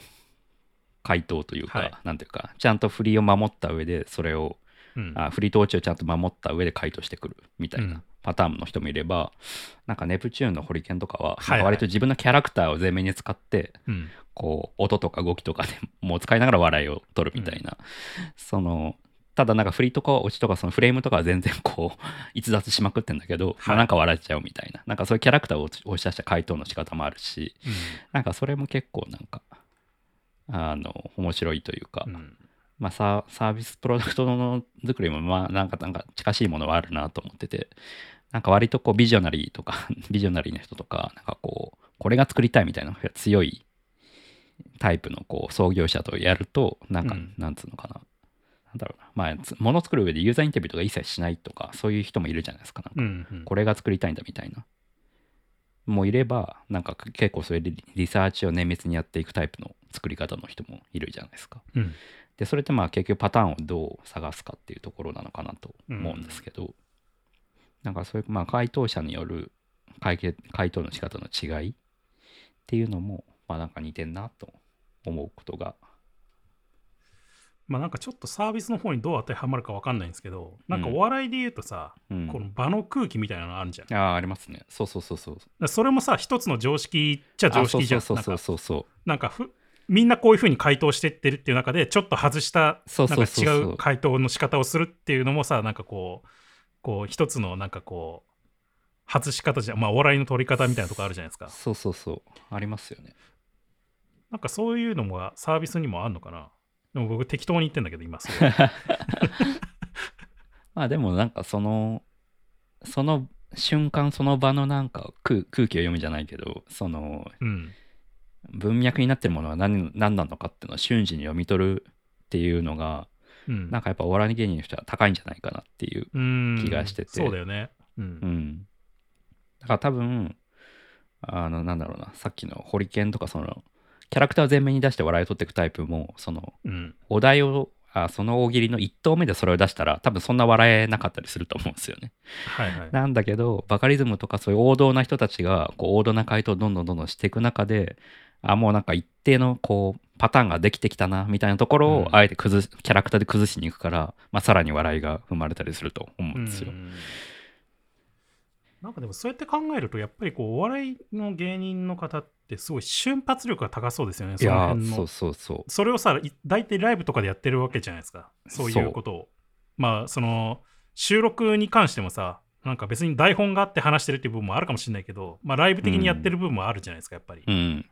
回答というか、はいなんていうかちゃんと振りを守った上でそれを、うんあ振り統治をちゃんと守った上で回答してくるみたいうんなパターンの人もいれば、なんかネプチューンのホリケンとかは、はいはいなんか割と自分のキャラクターを前面に使ってうんこう音とか動きとかでもう使いながら笑いを取るみたいな、そのただなんか振りとか落ちとかそのフレームとかは全然こう 逸脱しまくってんだけど、まはあいなんか笑っちゃうみたいななんかそういうキャラクターを押し出した回答の仕方もあるしなんかそれも結構なんかあの面白いというか、うんうんまあ、サーサービスプロダクトの作りもまあなんかなんか近しいものはあるなと思っててなんか割とこうビジョナリーとか ビジョナリーの人とかなんかこうこれが作りたいみたいなのが強いタイプのこう創業者とやるとなんか、うんなんつうのかななんだろうなまあつ物作る上でユーザーインタビューとか一切しないとかそういう人もいるじゃないですかなんかうんうんこれが作りたいんだみたいなもういればなんか結構そういうリリサーチを綿密にやっていくタイプの作り方の人もいるじゃないですか。うんでそれってまあ結局パターンをどう探すかっていうところなのかなと思うんですけど、なんかそういうまあ回答者による回答回答の仕方の違いっていうのもまあなんか似てんなと思うことがまあなんかちょっとサービスの方にどう当てはまるかわかんないんですけどなんかうんお笑いで言うとさ、うんこの場の空気みたいなのあるじゃんああありますねそうそうそうそうだからそれもさ一つの常識っちゃ常識じゃんあそうなそうんそうかそうそうなんかふみんなこういうふうに回答してってるっていう中でちょっと外したそうなんそかうそう違そうう回答の仕方をするっていうのもさなんかこうこう一つのなんかこう外し方じゃまあお笑いの取り方みたいなとこあるじゃないですかそうそうそうありますよねなんかそういうのもサービスにもあんのかなでも僕適当に言ってんだけど今そ れまあでもなんかそのその瞬間その場のなんか空空気を読むじゃないけどそのうん文脈になってるものは何何なのかっていうのを瞬時に読み取るっていうのがうんなんかやっぱお笑い芸人の人は高いんじゃないかなっていう、うん気がしててそうだよねううんん、だから多分あのなんだろうなさっきのホリケンとかそのキャラクターを前面に出して笑いを取っていくタイプもそのうんお題をあその大喜利の1投目でそれを出したら多分そんな笑えなかったりすると思うんですよね。はいはいなんだけどバカリズムとかそういう王道な人たちがこう王道な回答をどんどんどんどんしていく中であもうなんか一定のこうパターンができてきたなみたいなところうをんあえて崩し、キャラクターで崩しに行くから、まあ、さらに笑いが生まれたりすると思うんですよ。んなんかでもそうやって考えるとやっぱりこうお笑いの芸人の方ってすごい瞬発力が高そうですよねいそのや辺ーのそそうそうそう。れをさい大体ライブとかでやってるわけじゃないですかそういうことをまあその収録に関してもさなんか別に台本があって話してるっていう部分もあるかもしれないけど、まあ、ライブ的にやってる部分もあるじゃないですか、やっぱり、うん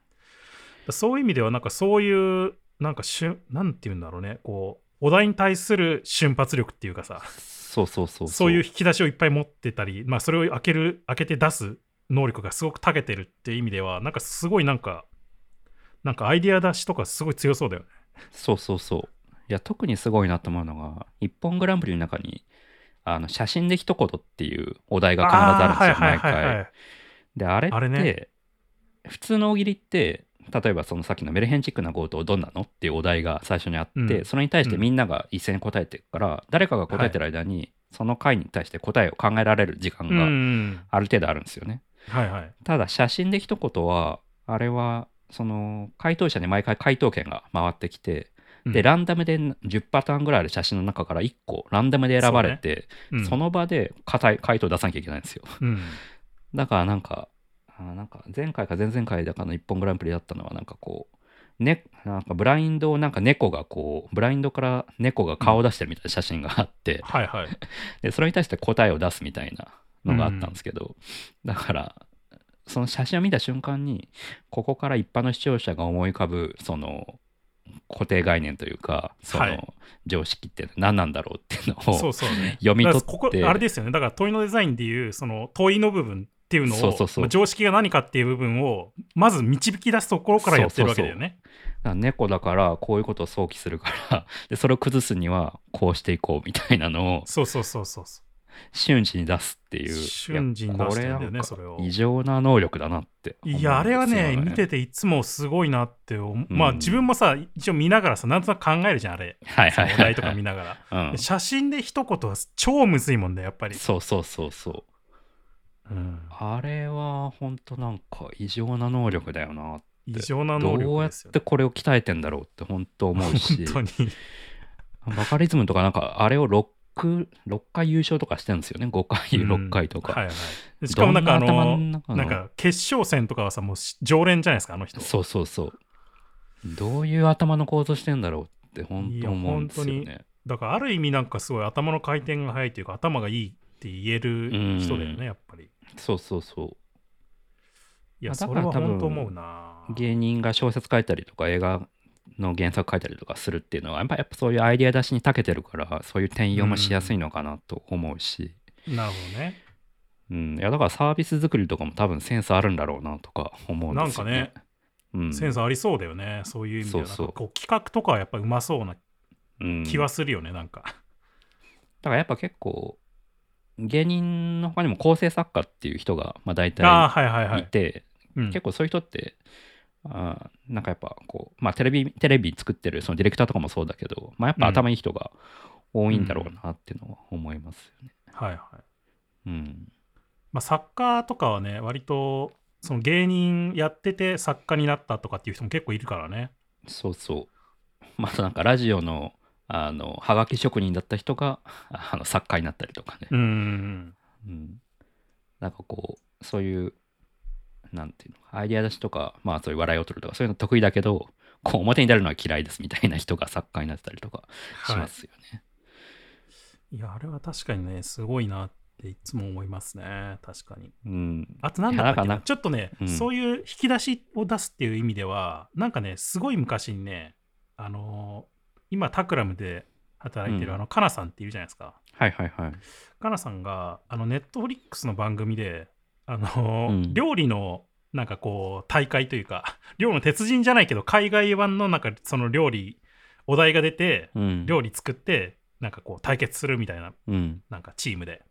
そういう意味ではなんかそういうなんかしゅなんていうんだろうねこうお題に対する瞬発力っていうかさそうそうそうそういう引き出しをいっぱい持ってたり、まあ、それを開ける開けて出す能力がすごく長けてるっていう意味ではなんかすごいなんかなんかアイデア出しとかすごい強そうだよね。そうそうそう。いや特にすごいなと思うのが「一本グランプリ」の中にあの写真で一言っていうお題が必ずあるんですよ、毎回。い。であれってあれね普通の大喜利って例えばそのさっきのメルヘンチックな強盗どんなのっていうお題が最初にあって、うんそれに対してうんみんなが一斉に答えていくから、誰かが答えてる間に、その回に対して答えを考えられる時間うんうがんある程度あるんですよね。はいはい。ただ写真で一言はあれはその回答者に毎回回答権が回ってきて、うんでランダムで10パターンぐらいある写真の中から1個ランダムで選ばれてそ,、うんの場で固い回答出さなきゃいけないんですようんだからなんかあーなんか前回か前々回だかの一本グランプリだったのはなんかこう、ね、なんかブラインドをなんか猫がこうブラインドから猫が顔を出してるみたいな写真があって、はいはい。でそれに対して答えを出すみたいなのがあったんですけど、だからその写真を見た瞬間にここから一般の視聴者が思い浮かぶその固定概念というかそはのい常識って何なんだろうっていうの を、そうそうね。読み取ってだからここあれですよね。だから問いのデザインでいうその問いの部分っていうのをそうそうそうまあ常識が何かっていう部分をまず導き出すところからやってるわけだよね。だから猫だからこういうことを想起するから でそれを崩すにはこうしていこうみたいなのをそうそうそうそうそ瞬時に出すっていう瞬時に出してんだよいやこねなんかそれを異常な能力だなってう。思うんいですよやあれはね見てていつもすごいなって思う、うんまあ自分もさ一応見ながらさなんとなく考えるじゃんあれ はいそはいのはいお題とか見ながら、うんで写真で一言は超むずいもんだやっぱり、そうそうそうそううんあれは本当なんか異常な能力だよな。異常など能う力やっですよ、てね、これを鍛えてんだろうって本当思うし、本当にバカリズムとかなんかあれを 6, 6回優勝とかしてるんですよね。5回、6回とか。はいはい、しかもなんかあどんな頭のの中のなんか決勝戦とかはさもうし常連じゃないですかあの人そうそうそう。どういう頭の構造してんだろうって本当思うんですよいやね。だからある意味なんかすごい頭の回転が速いというか頭がいいって言える人だようんねやっぱりそうそうそいやまあだそかれらは多分本当思うなう。芸人が小説書いたりとか映画の原作書いたりとかするっていうのはやっぱやっぱそういうアイデア出しに長けてるからそういう転用もしやすいのかなと思うし。なるほどねうん、いやだからサービス作りとかも多分センスあるんだろうなとか思うんですよね。なんかうん、センスありそうだよねそういう意味ではそなうんそうかこう企画とかはやっぱうまそうなうん気はするよねなんかだからやっぱ結構芸人の他にも構成作家っていう人がまあ大ああ体はいはいはいいて、うん結構そういう人ってあーなんかやっぱこう、まあ、テレビテレビ作ってるそのディレクターとかもそうだけど、まあ、やっぱ頭いい人が多いんだろうなっていうのは思いますよね。はいはいうんまあ作家とかはね割とその芸人やってて作家になったとかっていう人も結構いるからねそうそう。まあなんかラジオのあのはがき職人だった人があの作家になったりとかね。うんうんうんうん、なんかこうそういうなんていうのアイデア出しとかまあそういう笑いを取るとかそういうの得意だけどこう表に出るのは嫌いですみたいな人が作家になってたりとかしはいますよね。いや、あれは確かにね、すごいなっていつも思いますね。確かに。うん、あと、なんだったっいやだけからななちょっとね、うんそういう引き出しを出すっていう意味では、なんかね、すごい昔にね、あのー今、タクラムで働いてる、うんあの、カナさんっているじゃないですか。はいはいはい。カナさんが、あの、ネットフリックスの番組で、あのーうん料理の、なんかこう、大会というか、 料理の鉄人じゃないけど、海外版の、なんか、その料理、お題が出て、うん、料理作って、なんかこう、対決するみたいな、うんなんかチームで。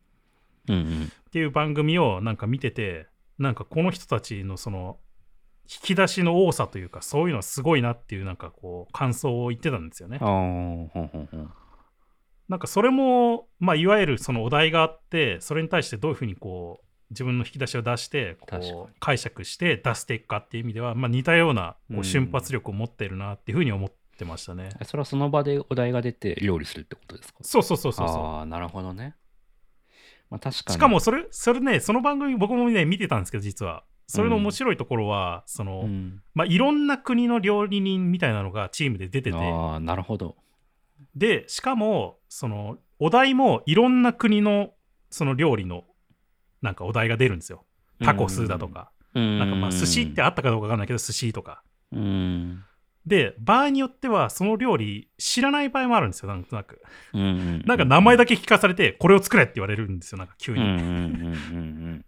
うんうんっていう番組をなんか見ててなんかこの人たちのその引き出しの多さというかそういうのはすごいなっていうなんかこう感想を言ってたんですよねああ、。ほんほんほん。なんかそれも、まあ、いわゆるそのお題があってそれに対してどういうふうにこう自分の引き出しを出してこ確かにう解釈して出していくかっていう意味では、まあ、似たようなこうんう瞬発力を持ってるなっていうふうに思ってましたね。それはその場でお題が出て料理するってことですかそうそうそうそうそうああ、なるほどね。まあ確かに。しかも、それそれねその番組僕もね見てたんですけど実はそれの面白いところは、その、うん、まあ、いろんな国の料理人みたいなのがチームで出ててああ、なるほど。でしかもそのお題もいろんな国のその料理のなんかお題が出るんですよタコスだとか、うん、なんかまあ寿司ってあったかどうかわかんないけど寿司とかうん、で場合によってはその料理知らない場合もあるんですよなんとなくうんうん、なんか名前だだけ聞かされてこれを作れって言われるんですよなんか急けに、うんうんうんうん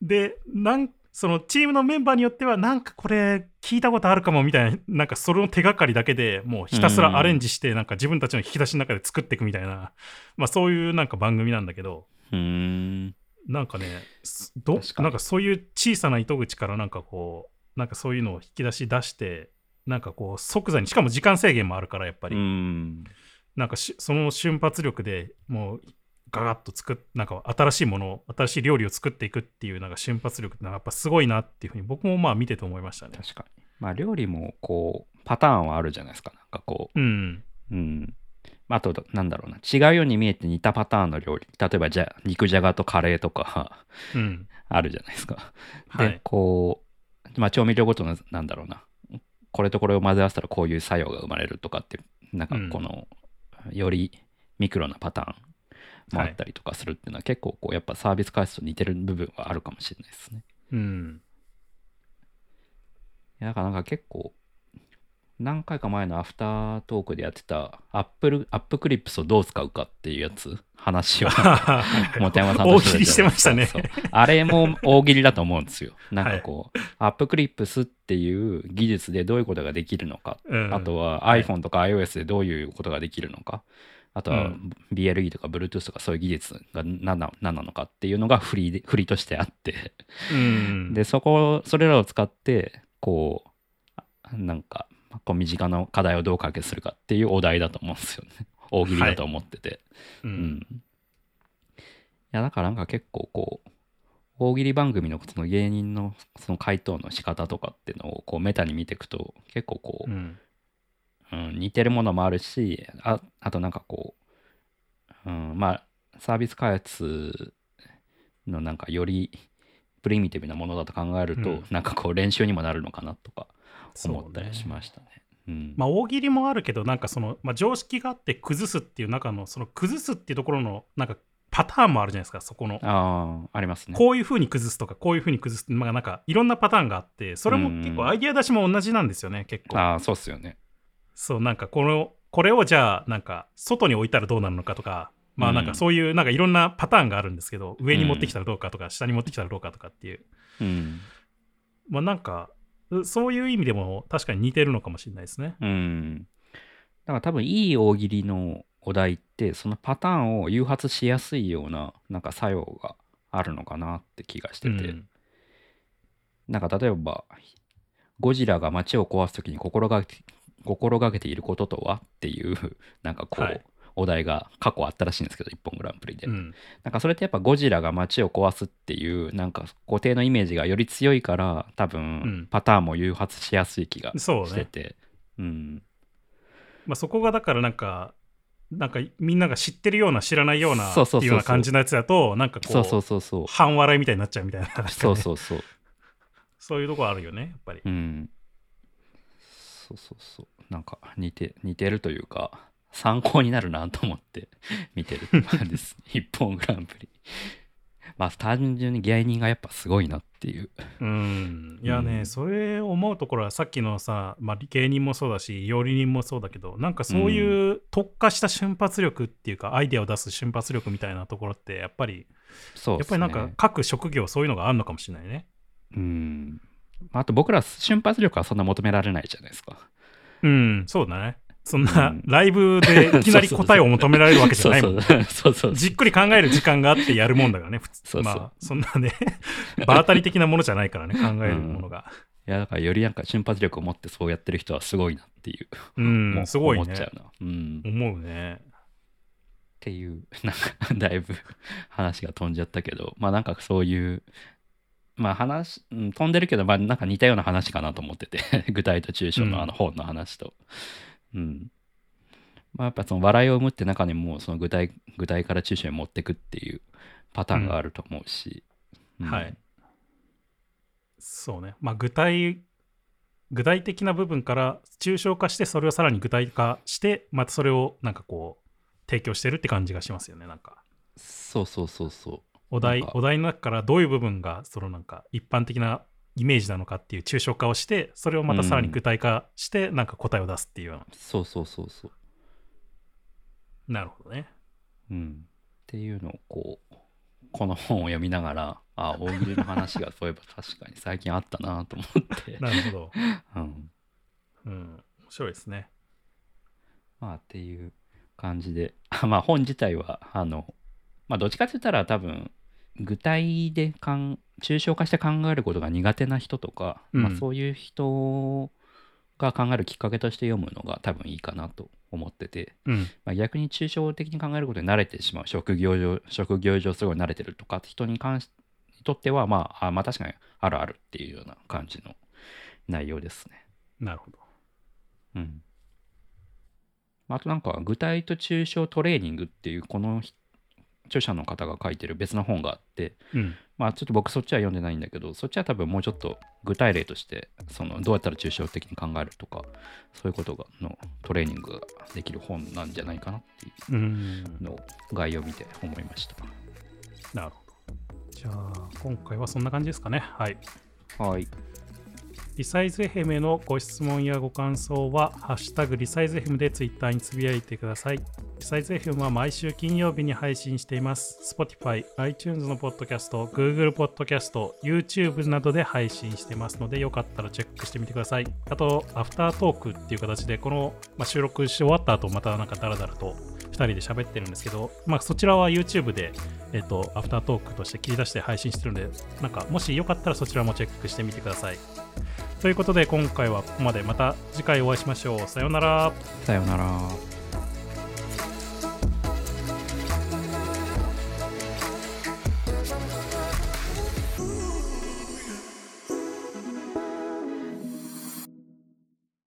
でなんそのチームのメンバーによってはなんかこれ聞いたことあるかもみたいななんかそれの手がかりだけでもうひたすらアレンジしてなんか自分たちの引き出しの中で作っていくみたいな、まあ、そういうなんか番組なんだけどうん。うんなんかねすど確かになんかそういう小さな糸口からなんかこうなんかそういうのを引き出し出してなんかこう即座にしかも時間制限もあるからやっぱり、うんなんかしその瞬発力でもうガガッと作っなんか新しいものを新しい料理を作っていくっていうなんか瞬発力ってのはやっぱすごいなっていうふうに僕もまあ見てて思いましたね。確かに。まあ料理もこうパターンはあるじゃないですかなんかこうん。ううんあとなんだろうな違うように見えて似たパターンの料理例えばじゃ肉じゃがとカレーとかうん。あるじゃないですかはでい。こう、まあ、調味料ごとのなんだろうなこれとこれを混ぜ合わせたらこういう作用が生まれるとかってなんかうんこの、よりミクロなパターンもあったりとかするっていうのは、結構こうやっぱサービス開発と似てる部分はあるかもしれないですね。 うん。いやなんかなんか結構何回か前のアフタートークでやってたアップルアップクリップスをどう使うかっていうやつ 話をは本山さんと大喜利してましたねそうあれも大喜利だと思うんです よ。なんかこう、アップクリップスっていう技術でどういうことができるのか、うんあとははい iPhone とか iOS でどういうことができるのか、あとうはん BLE とか Bluetooth とかそういう技術が何な何なのかっていうのがフリーでフリーとしてあって、うん。で、そこ、それらを使って、こう、なんか、こう身近な課題をどう解決するかっていうお題だと思うんですよね。大喜利だと思ってて。う。うんん。いや、だからなんか結構こう、大喜利番組のその芸人のその回答の仕方とかっていうのをこうメタに見ていくと結構こうん。う、うん、似てるものもあるしああとなんかこう、うん、まあサービス開発のなんかよりプリミティブなものだと考えると、うんなんかこう練習にもなるのかなとか思ったりしす。ましたね。うんまあ大喜利もあるけど、なんかその、まあ、常識があって崩すっていう中の、その崩すっていうところの、なんかパターンもあるじゃないですか、そこの。ああありますね。こういう風に崩すとか、こういう風に崩すまあなんかいろんなパターンがあって、それも結う構んアイディア出しも同じなんですよね、結構。ああそうっすよね。そう、なんかこの、これをじゃあ、なんか外に置いたらどうなるのかとか、まあなんうんかそういう、なんかいろんなパターンがあるんですけど、上に持ってきたらどうかとか、下に持ってきたらどうかとかっていう。うん。まあなんか、うそういう意味でも確かに似てるのかもしれないですね。うん。だから多分いい大喜利のお題ってそのパターンを誘発しやすいようななんか作用があるのかなって気がしてて、うんなんか例えばゴジラが街を壊す時に心がけ心がけていることとはっていうなんかこう、はいお題が過去あったらしいんですけど「一本グランプリで」うんなんかそれってやっぱゴジラが街を壊すっていうなんか固定のイメージがより強いから多う分んパターンも誘発しやすい気がしそうてね。てうんまあそこがだからなんか、なんかみんなが知ってるような知らないようなってそうそうそうそういうような感じのやつだと、なんかこう、そうそうそうそう半笑いみたいになっちゃうみたいな話そううそうそう。 そういうとこあるよねやっぱりうん。そうそうそう。なんか似て、似てるというか、参考になるなと思って 見てるって感じ です。一本グランプリ。まあ単純に芸人がやっぱすごいなっていう。うんいやね、うんそれ思うところはさっきのさ、まあ、芸人もそうだし料理人もそうだけどなんかそういう特化した瞬発力っていうか、アイデアを出す瞬発力みたいなところってやっぱり、そうやでっすぱね。りなんか各職業そういうのがあるのかもしれないねうん。まああと僕ら瞬発力はそんな求められないじゃないですか。うんそうだねそんな、うんライブでいきなり答えを求められるわけじゃ そうないそもんうそうそう。じっくり考える時間があってやるもんだからね、普通そうそうまあ、そんなね、場当たり的なものじゃないからね、考えるものが。いやだからよりなんか瞬発力を持ってそうやってる人はすごいなっていう。うん、もうすごいね。思っちゃうな。うん。思うね。っていう、 なんか、だいぶ 話が飛んじゃったけど、まあなんかそういう、まあ話、うん飛んでるけど、まあなんか似たような話かなと思って て、具体と抽象うんのあの本の話と。うん。まあやっぱその笑いを生むって中にも、その具体、具体から抽象に持ってくっていうパターンがあると思うし。うんはい。そうね。まあ、具体、具体的な部分から抽象化して、それをさらに具体化して、またそれをなんかこう、提供してるって感じがしますよね、なんか。そうそうそうそお題なんかお題の中からどういう部分がそのなんか一般的なイメージなのかっていう抽象化をしてそれをまたさらに具体化してなんか答えを出すっていうような、う。そうそうそうそう。なるほどねうん、っていうのをこうこの本を読みながらあ大喜利の話がそういえば確かに最近あったなと思って、なるほど。うん、うん。面白いですね。まあっていう感じであまあ本自体はあのまあどっちかって言ったら多分具体でかん抽象化して考えることが苦手な人とか、まうあ、んそういう人が考えるきっかけとして読むのが多分いいかなと思ってて、うん。まあ、逆に抽象的に考えることに慣れてしまう職業上職業上すごい慣れてるとかって人に関しにとってはまああまあ確かにあるあるっていうような感じの内容ですね。なるほど。うん。あとなんか、具体と抽象トレーニングっていう、このひ著者の方が書いてる別の本があって、うん。まあちょっと僕そっちは読んでないんだけど、そっちは多分もうちょっと具体例として、そのどうやったら抽象的に考えるとか、そういうことがのトレーニングができる本なんじゃないかなっていううん。のを概要を見て思いました。なるほど。じゃあ、今回はそんな感じですかね。はい。はい。リサイズ FM へのご質問やご感想は、ハッシュタグリサイズ FM でツイッターにつぶやいてください。リサイズ FM は毎週金曜日に配信しています。Spotify、iTunes のポッドキャスト、Google ポッドキャスト、YouTube などで配信してますので、よかったらチェックしてみてください。あと、アフタートークっていう形で、この、まあ、収録し終わった後、またなんかダラダラと2人で喋ってるんですけど、まあ、そちらは YouTube で、えっと、アフタートークとして切り出して配信してるので、なんか、もしよかったらそちらもチェックしてみてください。ということで今回はここまでまた次回お会いしましょうさようならさようなら。